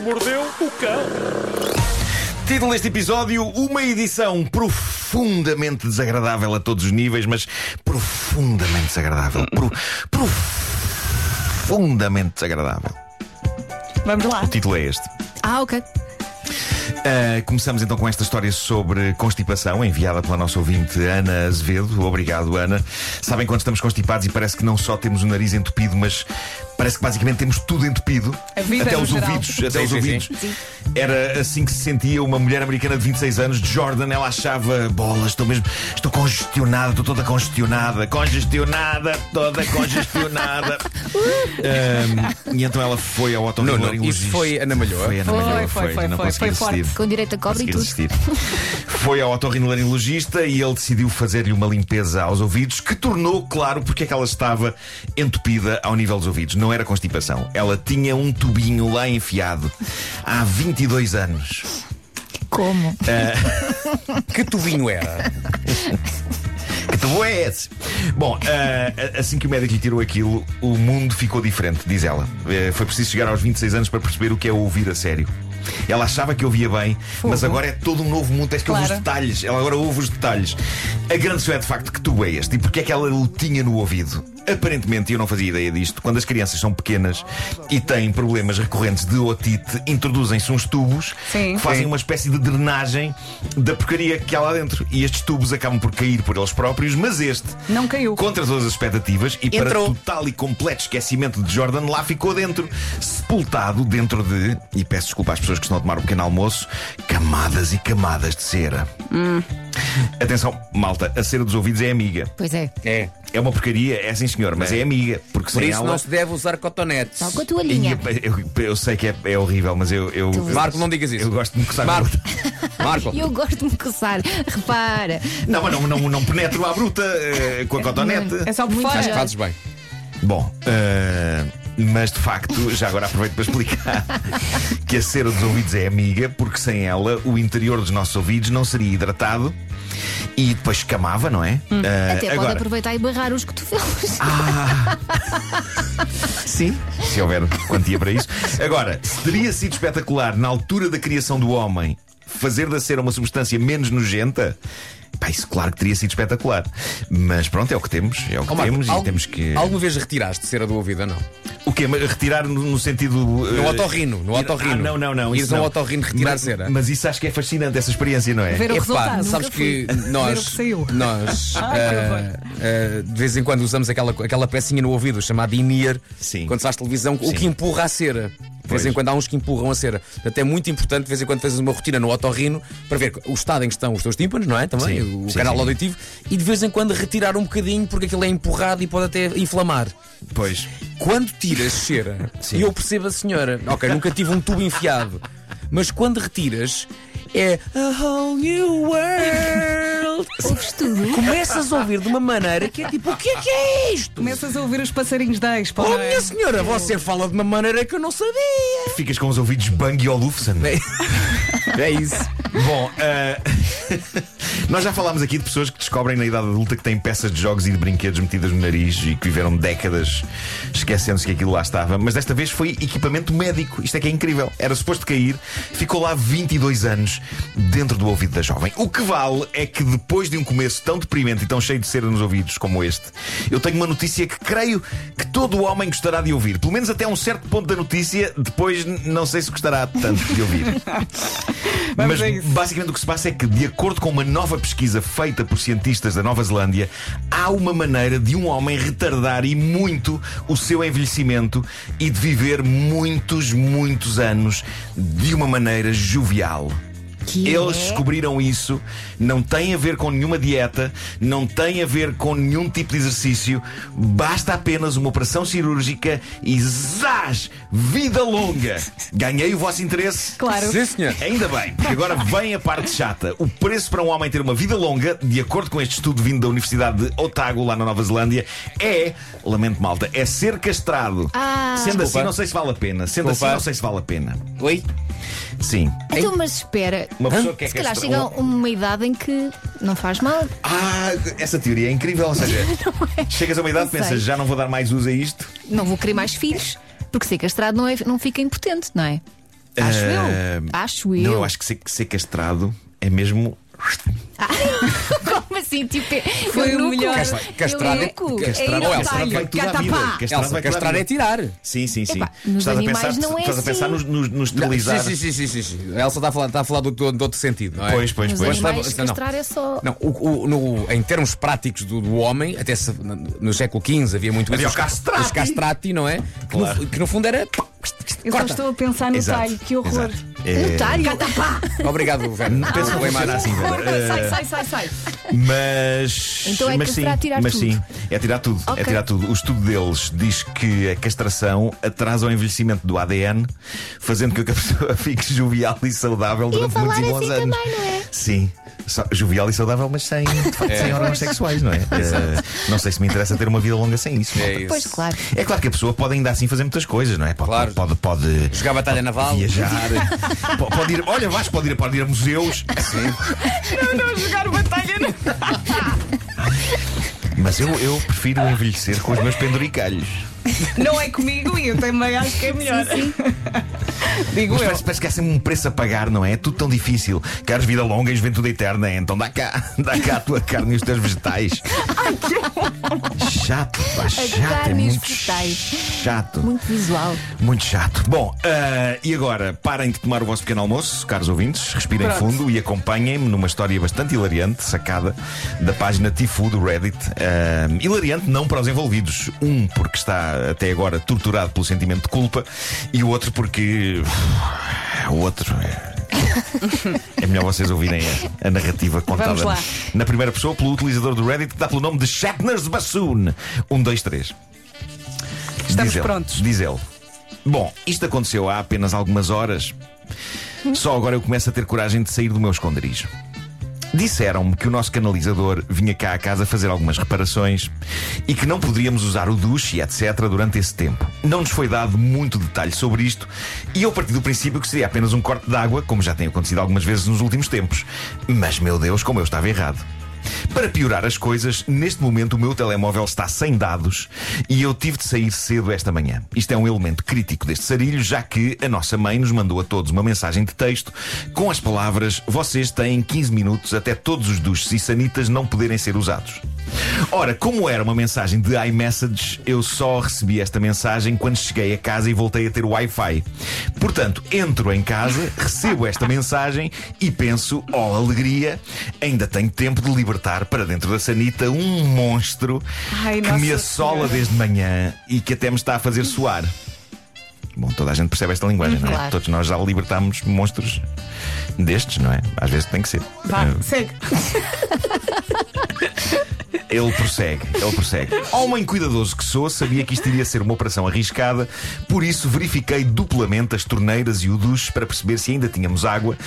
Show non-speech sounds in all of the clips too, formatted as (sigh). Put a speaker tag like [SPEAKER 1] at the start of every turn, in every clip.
[SPEAKER 1] mordeu o cão.
[SPEAKER 2] Título deste episódio: Uma edição profundamente desagradável a todos os níveis, mas profundamente desagradável. Pro- profundamente desagradável.
[SPEAKER 3] Vamos lá.
[SPEAKER 2] O título é este.
[SPEAKER 3] Ah, ok.
[SPEAKER 2] Uh, começamos então com esta história sobre constipação, enviada pela nossa ouvinte Ana Azevedo. Obrigado, Ana. Sabem quando estamos constipados e parece que não só temos o nariz entupido, mas parece que basicamente temos tudo entupido.
[SPEAKER 3] A vida
[SPEAKER 2] até
[SPEAKER 3] no
[SPEAKER 2] os
[SPEAKER 3] geral.
[SPEAKER 2] ouvidos. Até
[SPEAKER 4] Sim,
[SPEAKER 2] os
[SPEAKER 4] sim, sim.
[SPEAKER 2] ouvidos. Era assim que se sentia uma mulher americana de 26 anos, de Jordan. Ela achava bolas, estou mesmo. Estou congestionada, estou toda congestionada, congestionada, toda congestionada. Um, e então ela foi ao
[SPEAKER 4] Nuno,
[SPEAKER 2] otorrinolaringologista.
[SPEAKER 4] isso foi Ana Malhoa?
[SPEAKER 2] Foi Ana
[SPEAKER 3] Foi,
[SPEAKER 2] Malhoa,
[SPEAKER 3] foi, foi,
[SPEAKER 2] não
[SPEAKER 3] foi,
[SPEAKER 2] consegui
[SPEAKER 3] foi forte.
[SPEAKER 2] resistir.
[SPEAKER 5] Com direito a cobre e
[SPEAKER 2] Consegui
[SPEAKER 5] tudo.
[SPEAKER 2] resistir. Foi ao otorrinolaringologista e ele decidiu fazer-lhe uma limpeza aos ouvidos que tornou claro porque é que ela estava entupida ao nível dos ouvidos. Não era constipação. Ela tinha um tubinho lá enfiado há 22 anos.
[SPEAKER 5] Como?
[SPEAKER 4] Que tuvinho era?
[SPEAKER 2] Que tabu é esse? Bom, ah, assim que o médico lhe tirou aquilo, o mundo ficou diferente, diz ela. Eh, foi preciso chegar aos 26 anos para perceber o que é ouvir a sério. Ela achava que ouvia bem, mas agora é todo um novo mundo. Tens que ouvir os
[SPEAKER 3] Claro.
[SPEAKER 2] detalhes. Ela agora ouve os detalhes. A grande questão é de facto que tu é este e porque é que ela o tinha no ouvido. Aparentemente, e eu não fazia ideia disto, quando as crianças são pequenas e têm problemas recorrentes de otite, introduzem-se uns tubos
[SPEAKER 3] Sim.
[SPEAKER 2] que fazem
[SPEAKER 4] Sim.
[SPEAKER 2] uma espécie de drenagem da porcaria que há lá dentro. E estes tubos acabam por cair por eles próprios, mas este,
[SPEAKER 3] Não caiu.
[SPEAKER 2] contra todas as expectativas e
[SPEAKER 4] Entrou.
[SPEAKER 2] para total e completo esquecimento de Jordan, lá ficou dentro, sepultado dentro de, e peço desculpa às pessoas que estão a tomar um pequeno almoço, camadas e camadas de cera. Atenção, malta, a cera dos ouvidos é amiga.
[SPEAKER 5] Pois é.
[SPEAKER 4] É.
[SPEAKER 2] É uma porcaria, é sim senhor, mas é, amiga. Porque
[SPEAKER 4] Por
[SPEAKER 2] sem
[SPEAKER 4] isso
[SPEAKER 2] ela.
[SPEAKER 4] não se deve usar cotonetes.
[SPEAKER 5] Só com a tua
[SPEAKER 2] E
[SPEAKER 5] linha.
[SPEAKER 2] eu, eu- eu sei que é, é horrível, mas eu. eu-
[SPEAKER 5] Tu-
[SPEAKER 4] Marco, não digas isso.
[SPEAKER 2] Eu gosto de me coçar com
[SPEAKER 4] Marco.
[SPEAKER 2] o-
[SPEAKER 4] Marco.
[SPEAKER 5] E eu gosto de me coçar. Repara.
[SPEAKER 2] Não, mas não, não, não penetro à bruta eh, com a cotonete.
[SPEAKER 3] É só por
[SPEAKER 5] Muito
[SPEAKER 3] fora.
[SPEAKER 4] Acho que fazes bem.
[SPEAKER 2] Bom, eh, mas de facto, já agora aproveito para explicar (laughs) que a cera dos ouvidos é amiga, porque sem ela o interior dos nossos ouvidos não seria hidratado e depois camava, não é? Eh,
[SPEAKER 5] Hum. Até pode
[SPEAKER 2] agora, Ah,
[SPEAKER 5] aproveitar e barrar os cotovelos.
[SPEAKER 2] Sim, se houver quantia para isso. Agora, se teria sido espetacular na altura da criação do homem fazer da cera uma substância menos nojenta. Pá, isso claro que teria sido espetacular. Mas pronto, é o que temos. É o que
[SPEAKER 4] Ó, Marco,
[SPEAKER 2] temos e
[SPEAKER 4] al-
[SPEAKER 2] temos que.
[SPEAKER 4] Alguma vez retiraste cera do ouvido ou não?
[SPEAKER 2] O quê? Mas Retirar no, no sentido.
[SPEAKER 4] No
[SPEAKER 2] eh,
[SPEAKER 4] otorrino, no
[SPEAKER 2] ir-
[SPEAKER 4] otorrino.
[SPEAKER 2] Ah, não, não, não.
[SPEAKER 4] Ires
[SPEAKER 2] isso
[SPEAKER 4] ao
[SPEAKER 2] não.
[SPEAKER 4] otorrino retirar
[SPEAKER 2] mas,
[SPEAKER 4] cera.
[SPEAKER 2] Mas isso acho que é fascinante, essa experiência, não é?
[SPEAKER 3] Ver o resultado.
[SPEAKER 4] sabes
[SPEAKER 3] Nunca fui.
[SPEAKER 4] que nós,
[SPEAKER 3] Ver o que saiu.
[SPEAKER 4] (laughs) nós
[SPEAKER 3] (laughs)
[SPEAKER 4] ah, ah, de vez em quando usamos aquela, aquela pecinha no ouvido chamada in-ear,
[SPEAKER 2] Sim.
[SPEAKER 4] quando se faz televisão, o que empurra a cera. De vez
[SPEAKER 2] Pois.
[SPEAKER 4] em quando há uns que empurram a cera. Portanto, é muito importante, de vez em quando, fazes uma rotina no otorrino para ver o estado em que estão os teus tímpanos, não é? Também,
[SPEAKER 2] Sim,
[SPEAKER 4] o
[SPEAKER 2] sim,
[SPEAKER 4] canal
[SPEAKER 2] sim.
[SPEAKER 4] auditivo, e de vez em quando retirar um bocadinho porque aquilo é empurrado e pode até inflamar.
[SPEAKER 2] Pois.
[SPEAKER 4] Quando tiras cera, e eu percebo a senhora, ok, nunca tive um tubo enfiado, mas quando retiras, é a whole new world.
[SPEAKER 5] (laughs) Ouves tudo.
[SPEAKER 4] Começas a ouvir de uma maneira que é tipo, o que é que é isto?
[SPEAKER 3] Começas a ouvir os passarinhos da Expo.
[SPEAKER 4] Oh,
[SPEAKER 3] não é?
[SPEAKER 4] minha senhora, você fala de uma maneira que eu não sabia.
[SPEAKER 2] Ficas com os ouvidos Bang e Olufsen.
[SPEAKER 4] É isso.
[SPEAKER 2] Bom, eh, nós já falámos aqui de pessoas que descobrem na idade adulta que têm peças de jogos e de brinquedos metidas no nariz e que viveram décadas esquecendo-se que aquilo lá estava. Mas desta vez foi equipamento médico. Isto é que é incrível. Era suposto cair, ficou lá 22 anos dentro do ouvido da jovem. O que vale é que depois de um começo tão deprimente e tão cheio de cera nos ouvidos como este, eu tenho uma notícia que creio que todo homem gostará de ouvir. Pelo menos até um certo ponto da notícia, depois n- não sei se gostará tanto de ouvir.
[SPEAKER 3] (laughs) Vamos
[SPEAKER 2] Mas
[SPEAKER 3] a isso.
[SPEAKER 2] basicamente o que se passa é que, de acordo com uma nova pesquisa feita por cientistas da Nova Zelândia, há uma maneira de um homem retardar e muito o seu envelhecimento e de viver muitos, muitos anos de uma maneira jovial.
[SPEAKER 5] Que
[SPEAKER 2] Eles
[SPEAKER 5] é?
[SPEAKER 2] descobriram isso, não tem a ver com nenhuma dieta, não tem a ver com nenhum tipo de exercício, basta apenas uma operação cirúrgica e zás! Vida longa! Ganhei o vosso interesse?
[SPEAKER 3] Claro.
[SPEAKER 4] Sim, senhor.
[SPEAKER 2] Ainda bem, porque agora vem a parte chata. O preço para um homem ter uma vida longa, de acordo com este estudo vindo da Universidade de Otago, lá na Nova Zelândia, é, lamento malta, é ser castrado.
[SPEAKER 5] Ah.
[SPEAKER 2] Sendo
[SPEAKER 4] Desculpa.
[SPEAKER 2] assim, não sei se vale a pena. Sendo
[SPEAKER 4] Desculpa.
[SPEAKER 2] assim, não sei se vale a pena.
[SPEAKER 4] Oi?
[SPEAKER 2] Sim.
[SPEAKER 5] Então, mas espera.
[SPEAKER 2] Uma pessoa que é
[SPEAKER 5] Se calhar
[SPEAKER 2] castrada.
[SPEAKER 5] chega a uma idade em que não faz mal.
[SPEAKER 2] Ah, essa teoria é incrível. Ou seja, chegas a uma idade e
[SPEAKER 5] (laughs) Não sei.
[SPEAKER 2] pensas, já não vou dar mais uso a isto.
[SPEAKER 5] Não vou querer mais filhos. Porque ser castrado não, é, não fica impotente, não é? Acho
[SPEAKER 2] Ah,
[SPEAKER 5] eu. Acho eu.
[SPEAKER 2] Não, eu acho que ser, ser castrado é mesmo.
[SPEAKER 5] (laughs) Como assim? Tipo,
[SPEAKER 3] Foi
[SPEAKER 5] eu
[SPEAKER 3] o melhor.
[SPEAKER 4] Castra- castrado é- castrado-
[SPEAKER 5] é
[SPEAKER 4] ou
[SPEAKER 5] ir ao
[SPEAKER 4] Elsa,
[SPEAKER 5] talho.
[SPEAKER 2] vai tudo à
[SPEAKER 5] Catapá.
[SPEAKER 2] vida. Castrar
[SPEAKER 4] Elsa,
[SPEAKER 2] vai tudo à
[SPEAKER 4] castrar
[SPEAKER 2] vida.
[SPEAKER 4] é tirar.
[SPEAKER 2] Sim, sim, sim.
[SPEAKER 5] Epá, nos
[SPEAKER 2] estás a pensar,
[SPEAKER 5] animais não é
[SPEAKER 2] estás a pensar
[SPEAKER 5] assim.
[SPEAKER 2] nos, nos, nos esterilizar.
[SPEAKER 4] Sim, sim, sim, sim, sim. A Elsa está a falar, está a falar do, do- do outro sentido, não é?
[SPEAKER 2] Pois, pois,
[SPEAKER 5] Nos
[SPEAKER 2] pois.
[SPEAKER 4] Mas
[SPEAKER 5] animais,
[SPEAKER 4] leva- não.
[SPEAKER 5] castrar é só.
[SPEAKER 4] Não, o- o- no- em termos práticos do, do homem, até se- no século XV havia muito
[SPEAKER 2] Havia
[SPEAKER 4] isso.
[SPEAKER 2] o castrati.
[SPEAKER 4] Os castrati, não é? Que no-
[SPEAKER 2] Claro.
[SPEAKER 4] Que, no, fundo era.
[SPEAKER 3] Eu só
[SPEAKER 4] Corta.
[SPEAKER 3] estou a pensar no
[SPEAKER 2] Exato,
[SPEAKER 3] talho, que horror.
[SPEAKER 2] exato. É,
[SPEAKER 5] talho.
[SPEAKER 4] Obrigado, Vera. Ah, Não
[SPEAKER 2] Pensa que
[SPEAKER 4] levei
[SPEAKER 2] funciona
[SPEAKER 4] mais
[SPEAKER 2] assim, Vera.
[SPEAKER 5] Sai, sai, sai, sai.
[SPEAKER 2] Mas.
[SPEAKER 5] Então é
[SPEAKER 2] mas
[SPEAKER 5] que
[SPEAKER 2] sim,
[SPEAKER 5] será tirar
[SPEAKER 2] mas
[SPEAKER 5] tudo?
[SPEAKER 2] sim, é tirar tudo.
[SPEAKER 5] Ok.
[SPEAKER 2] É tirar tudo. O estudo deles diz que a castração atrasa o envelhecimento do ADN, fazendo com que a pessoa (laughs) fique jovial e saudável durante
[SPEAKER 5] falar
[SPEAKER 2] muitos e bons
[SPEAKER 5] assim
[SPEAKER 2] anos.
[SPEAKER 5] também, não é?
[SPEAKER 2] Sim. Só- jovial e saudável, mas sem, de facto, sem órgãos sexuais,
[SPEAKER 5] (laughs)
[SPEAKER 2] não é? Eh, não sei se me interessa ter uma vida longa sem isso.
[SPEAKER 4] É isso.
[SPEAKER 5] Ah, Pois, claro.
[SPEAKER 2] É claro que a pessoa pode ainda assim fazer muitas coisas, não é? Pode,
[SPEAKER 4] Claro.
[SPEAKER 2] pode, pode
[SPEAKER 4] Jogar batalha naval.
[SPEAKER 2] viajar, po- pode ir, olha, Vasco, pode ir, pode ir a museus.
[SPEAKER 3] Jogar batalha não.
[SPEAKER 2] Mas eu, eu prefiro envelhecer com os meus penduricalhos.
[SPEAKER 3] Não é comigo e eu também acho que é melhor. Digo
[SPEAKER 2] Mas
[SPEAKER 3] eu.
[SPEAKER 2] parece, parece que há sempre um preço a pagar, não é? É tudo tão difícil. Queres vida longa e juventude eterna, é? então dá cá, (laughs) dá cá a tua carne e os teus vegetais. chato, pá, chato, é
[SPEAKER 5] carne e os
[SPEAKER 2] muito
[SPEAKER 5] vegetais.
[SPEAKER 2] chato.
[SPEAKER 5] Muito visual.
[SPEAKER 2] Muito chato. Bom, ah, e agora parem de tomar o vosso pequeno almoço, caros ouvintes, respirem fundo e acompanhem-me numa história bastante hilariante, sacada da página Tifu do Reddit. Ah, hilariante não para os envolvidos. Um porque está até agora torturado pelo sentimento de culpa e o outro porque. uf, O outro. é- É (laughs) melhor vocês ouvirem a, a narrativa contada
[SPEAKER 3] Vamos lá.
[SPEAKER 2] na primeira pessoa pelo utilizador do Reddit que dá pelo nome de Shatner's Bassoon. Um, dois, três.
[SPEAKER 3] Estamos
[SPEAKER 2] Diz ele,
[SPEAKER 3] prontos.
[SPEAKER 2] Diz ele. Bom, isto aconteceu há apenas algumas horas. Só agora eu começo a ter coragem de sair do meu esconderijo. Disseram-me que o nosso canalizador vinha cá à casa fazer algumas reparações e que não poderíamos usar o duche e etc. durante esse tempo. Não nos foi dado muito detalhe sobre isto e eu parti do princípio que seria apenas um corte de água, como já tem acontecido algumas vezes nos últimos tempos. Mas, meu Deus, como eu estava errado. Para piorar as coisas, neste momento o meu telemóvel está sem dados e eu tive de sair cedo esta manhã. Isto é um elemento crítico deste sarilho, já que a nossa mãe nos mandou a todos uma mensagem de texto com as palavras: Vocês têm 15 minutos até todos os duches e sanitas não poderem ser usados. Ora, como era uma mensagem de iMessage, eu só recebi esta mensagem quando cheguei a casa e voltei a ter o Wi-Fi. Portanto, entro em casa, recebo esta mensagem e penso, oh alegria, ainda tenho tempo de libertar para dentro da sanita um monstro
[SPEAKER 3] Ai,
[SPEAKER 2] que
[SPEAKER 3] Nossa
[SPEAKER 2] me assola
[SPEAKER 3] Senhora.
[SPEAKER 2] desde manhã e que até me está a fazer suar. Bom, toda a gente percebe esta linguagem, não é?
[SPEAKER 5] Claro.
[SPEAKER 2] Todos nós já libertámos monstros destes, não é? Às vezes tem que ser.
[SPEAKER 3] Vá,
[SPEAKER 2] Eh,
[SPEAKER 3] segue.
[SPEAKER 2] Ele prossegue, ele prossegue. Homem cuidadoso que sou, sabia que isto iria ser uma operação arriscada, por isso verifiquei duplamente as torneiras e o duche para perceber se ainda tínhamos água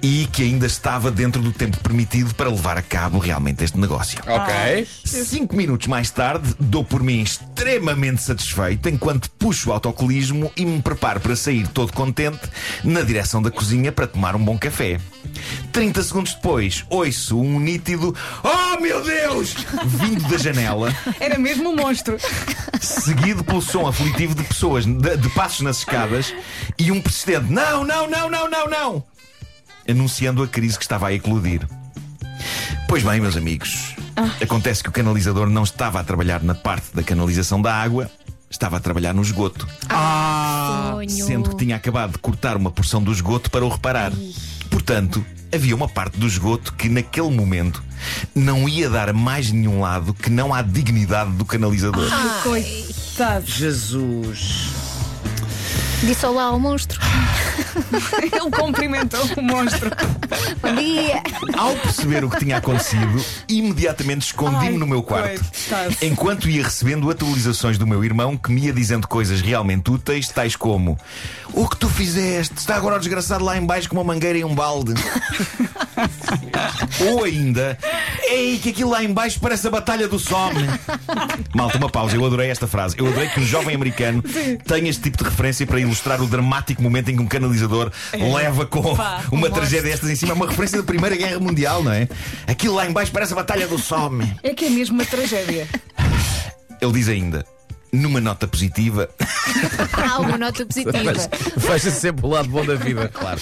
[SPEAKER 2] e que ainda estava dentro do tempo permitido para levar a cabo realmente este negócio.
[SPEAKER 4] (laughs) Ok.
[SPEAKER 2] Ah. Cinco minutos mais tarde, dou por mim extremamente satisfeito enquanto puxo o autocolismo e me preparo para sair todo contente na direção da cozinha para tomar um bom café. 30 segundos depois, ouço um nítido Oh meu Deus! vindo da janela,
[SPEAKER 3] Era mesmo um monstro.
[SPEAKER 2] seguido pelo som aflitivo de pessoas, de, de passos nas escadas e um persistente Não, não, não, não, não, não! anunciando a crise que estava a eclodir. Pois bem, meus amigos, acontece que o canalizador não estava a trabalhar na parte da canalização da água, estava a trabalhar no esgoto,
[SPEAKER 3] Ah,
[SPEAKER 5] Sonho.
[SPEAKER 2] sendo que tinha acabado de cortar uma porção do esgoto para o reparar. Portanto, havia uma parte do esgoto que naquele momento não ia dar a mais nenhum lado que não à dignidade do canalizador.
[SPEAKER 3] Ah, Coitado.
[SPEAKER 4] Jesus.
[SPEAKER 5] Disse olá ao monstro.
[SPEAKER 3] (laughs) Ele cumprimentou o monstro.
[SPEAKER 5] Bom dia.
[SPEAKER 2] Ao perceber o que tinha acontecido, imediatamente
[SPEAKER 3] Ai,
[SPEAKER 2] escondi-me no meu quarto.
[SPEAKER 3] coitado.
[SPEAKER 2] Enquanto ia recebendo atualizações do meu irmão que me ia dizendo coisas realmente úteis, tais como: O que tu fizeste? Está agora o desgraçado lá em baixo com uma mangueira e um balde. Ou ainda, ei, que aquilo lá em baixo parece a Batalha do Somme. Malta, uma pausa, eu adorei esta frase. Eu adorei que um jovem americano tenha este tipo de referência para ilustrar o dramático momento em que um canalizador leva com
[SPEAKER 3] Pá, um
[SPEAKER 2] uma
[SPEAKER 3] monstro.
[SPEAKER 2] tragédia destas em cima. É uma referência da Primeira Guerra Mundial, não é? Aquilo lá em baixo parece a Batalha do Somme.
[SPEAKER 3] É que é mesmo uma tragédia.
[SPEAKER 2] Ele diz ainda, numa nota positiva, (laughs)
[SPEAKER 5] Há uma nota positiva.
[SPEAKER 4] Mas Veja sempre o lado bom da vida, claro.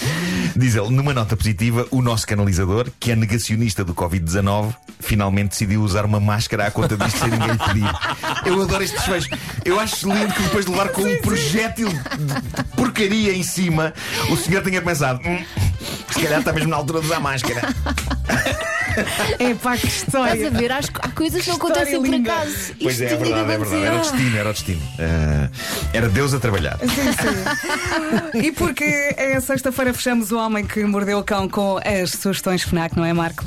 [SPEAKER 2] Diz ele, numa nota positiva, o nosso canalizador, que é negacionista do Covid-19, finalmente decidiu usar uma máscara à conta disto sem ninguém lhe pedir. Eu adoro este desfecho. Eu acho lindo que depois de levar com um projétil de porcaria em cima, o senhor tenha pensado. "Hum, se calhar está mesmo na altura de usar máscara.
[SPEAKER 3] É pá, que
[SPEAKER 5] Estás a
[SPEAKER 3] história.
[SPEAKER 5] ver? Há, as- há coisas que não acontecem por
[SPEAKER 3] linda.
[SPEAKER 5] acaso.
[SPEAKER 2] Pois
[SPEAKER 5] Isto
[SPEAKER 2] é, é
[SPEAKER 5] tinha assim, ah. de
[SPEAKER 2] verdade, é verdade. Era o
[SPEAKER 5] acontecer.
[SPEAKER 2] destino, era o destino. Ah, era Deus a trabalhar.
[SPEAKER 3] E porque é sexta-feira fechamos o homem que mordeu o cão com as sugestões FNAC, não é, Marco?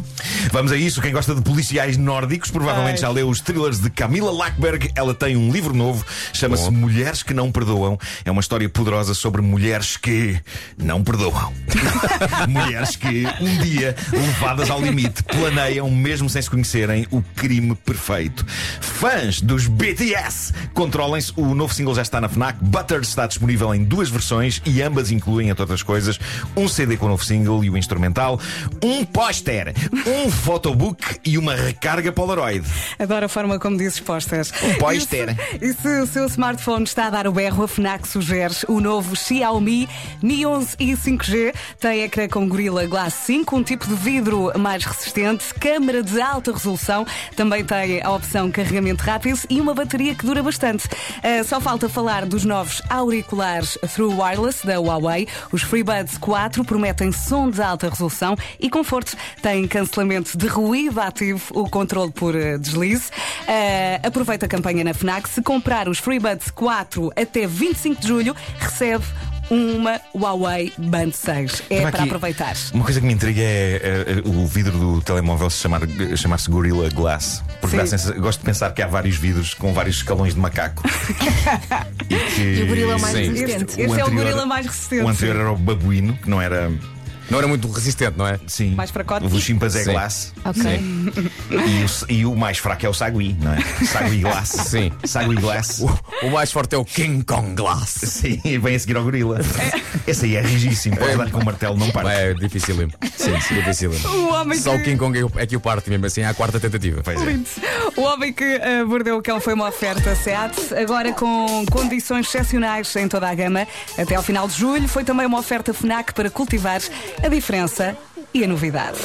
[SPEAKER 2] Vamos a isso. Quem gosta de policiais nórdicos provavelmente
[SPEAKER 3] Ai.
[SPEAKER 2] já leu os thrillers de Camila Lackberg. Ela tem um livro novo, chama-se Mulheres que Não Perdoam. É uma história poderosa sobre mulheres que não perdoam. mulheres que, um dia, levadas ao limite, planeiam, mesmo sem se conhecerem, o crime perfeito. Fãs dos BTS, controlem-se. O novo single já está na Fnac. Butter está disponível em duas versões e ambas incluem, entre outras coisas, um CD com o novo single e o instrumental, um póster, um photobook e uma recarga Polaroid.
[SPEAKER 3] Adoro a forma como dizes postas.
[SPEAKER 2] Pois
[SPEAKER 3] E se-
[SPEAKER 2] ter.
[SPEAKER 3] E se o seu smartphone está a dar o berro, a FNAC sugere o novo Xiaomi Mi 11 e 5G. Tem ecrã com Gorilla Glass 5, um tipo de vidro mais resistente, câmara de alta resolução, também tem a opção carregamento rápido e uma bateria que dura bastante. Ah, só falta falar dos novos auriculares Through Wireless da Huawei. Os FreeBuds 4 prometem som de alta resolução e conforto. Tem cancelamento de ruído ativo, o controle por eh, deslize. Eh, aproveita a campanha na FNAC. Se comprar os FreeBuds 4 até 25 de julho, recebe uma Huawei Band 6. É
[SPEAKER 2] Estava
[SPEAKER 3] para
[SPEAKER 2] aqui-
[SPEAKER 3] aproveitar.
[SPEAKER 2] Uma coisa que me intriga é, eh, o vidro do telemóvel se chamar- chamar-se Gorilla Glass. Porque dá
[SPEAKER 3] Sim.
[SPEAKER 2] sensa- gosto de pensar que há vários vidros com vários escalões de
[SPEAKER 5] (laughs)
[SPEAKER 2] macaco. e, que-
[SPEAKER 5] E o gorila é o mais
[SPEAKER 4] Sim.
[SPEAKER 5] resistente.
[SPEAKER 3] Este é o
[SPEAKER 2] anterior-
[SPEAKER 3] gorila mais resistente.
[SPEAKER 2] O anterior era o babuíno, que não era.
[SPEAKER 4] Não era muito resistente, não é?
[SPEAKER 2] Sim.
[SPEAKER 3] Mais fracote.
[SPEAKER 2] O dos chimpanzé
[SPEAKER 4] Sim.
[SPEAKER 2] glass.
[SPEAKER 5] Ok.
[SPEAKER 2] E o, e o mais fraco é o sagui, não é? Sagui glass.
[SPEAKER 4] (laughs) Sim.
[SPEAKER 2] Sagui
[SPEAKER 4] (laughs)
[SPEAKER 2] glass.
[SPEAKER 4] O, o mais forte é o King Kong Glass.
[SPEAKER 2] Sim, e vem a seguir ao gorila. Esse aí é rigíssimo. Pode dar com o martelo, não para.
[SPEAKER 4] É difícil. Sim, sim, é difícil.
[SPEAKER 3] O Um homem
[SPEAKER 4] Só o
[SPEAKER 3] que-
[SPEAKER 4] King Kong é o- é que o parte mesmo assim, à quarta tentativa.
[SPEAKER 2] Pois é.
[SPEAKER 3] Lindo. O homem que eh, mordeu o cão foi uma oferta SEAT, agora com condições excepcionais em toda a gama. Até ao final de julho foi também uma oferta FNAC para cultivar a diferença e a novidade.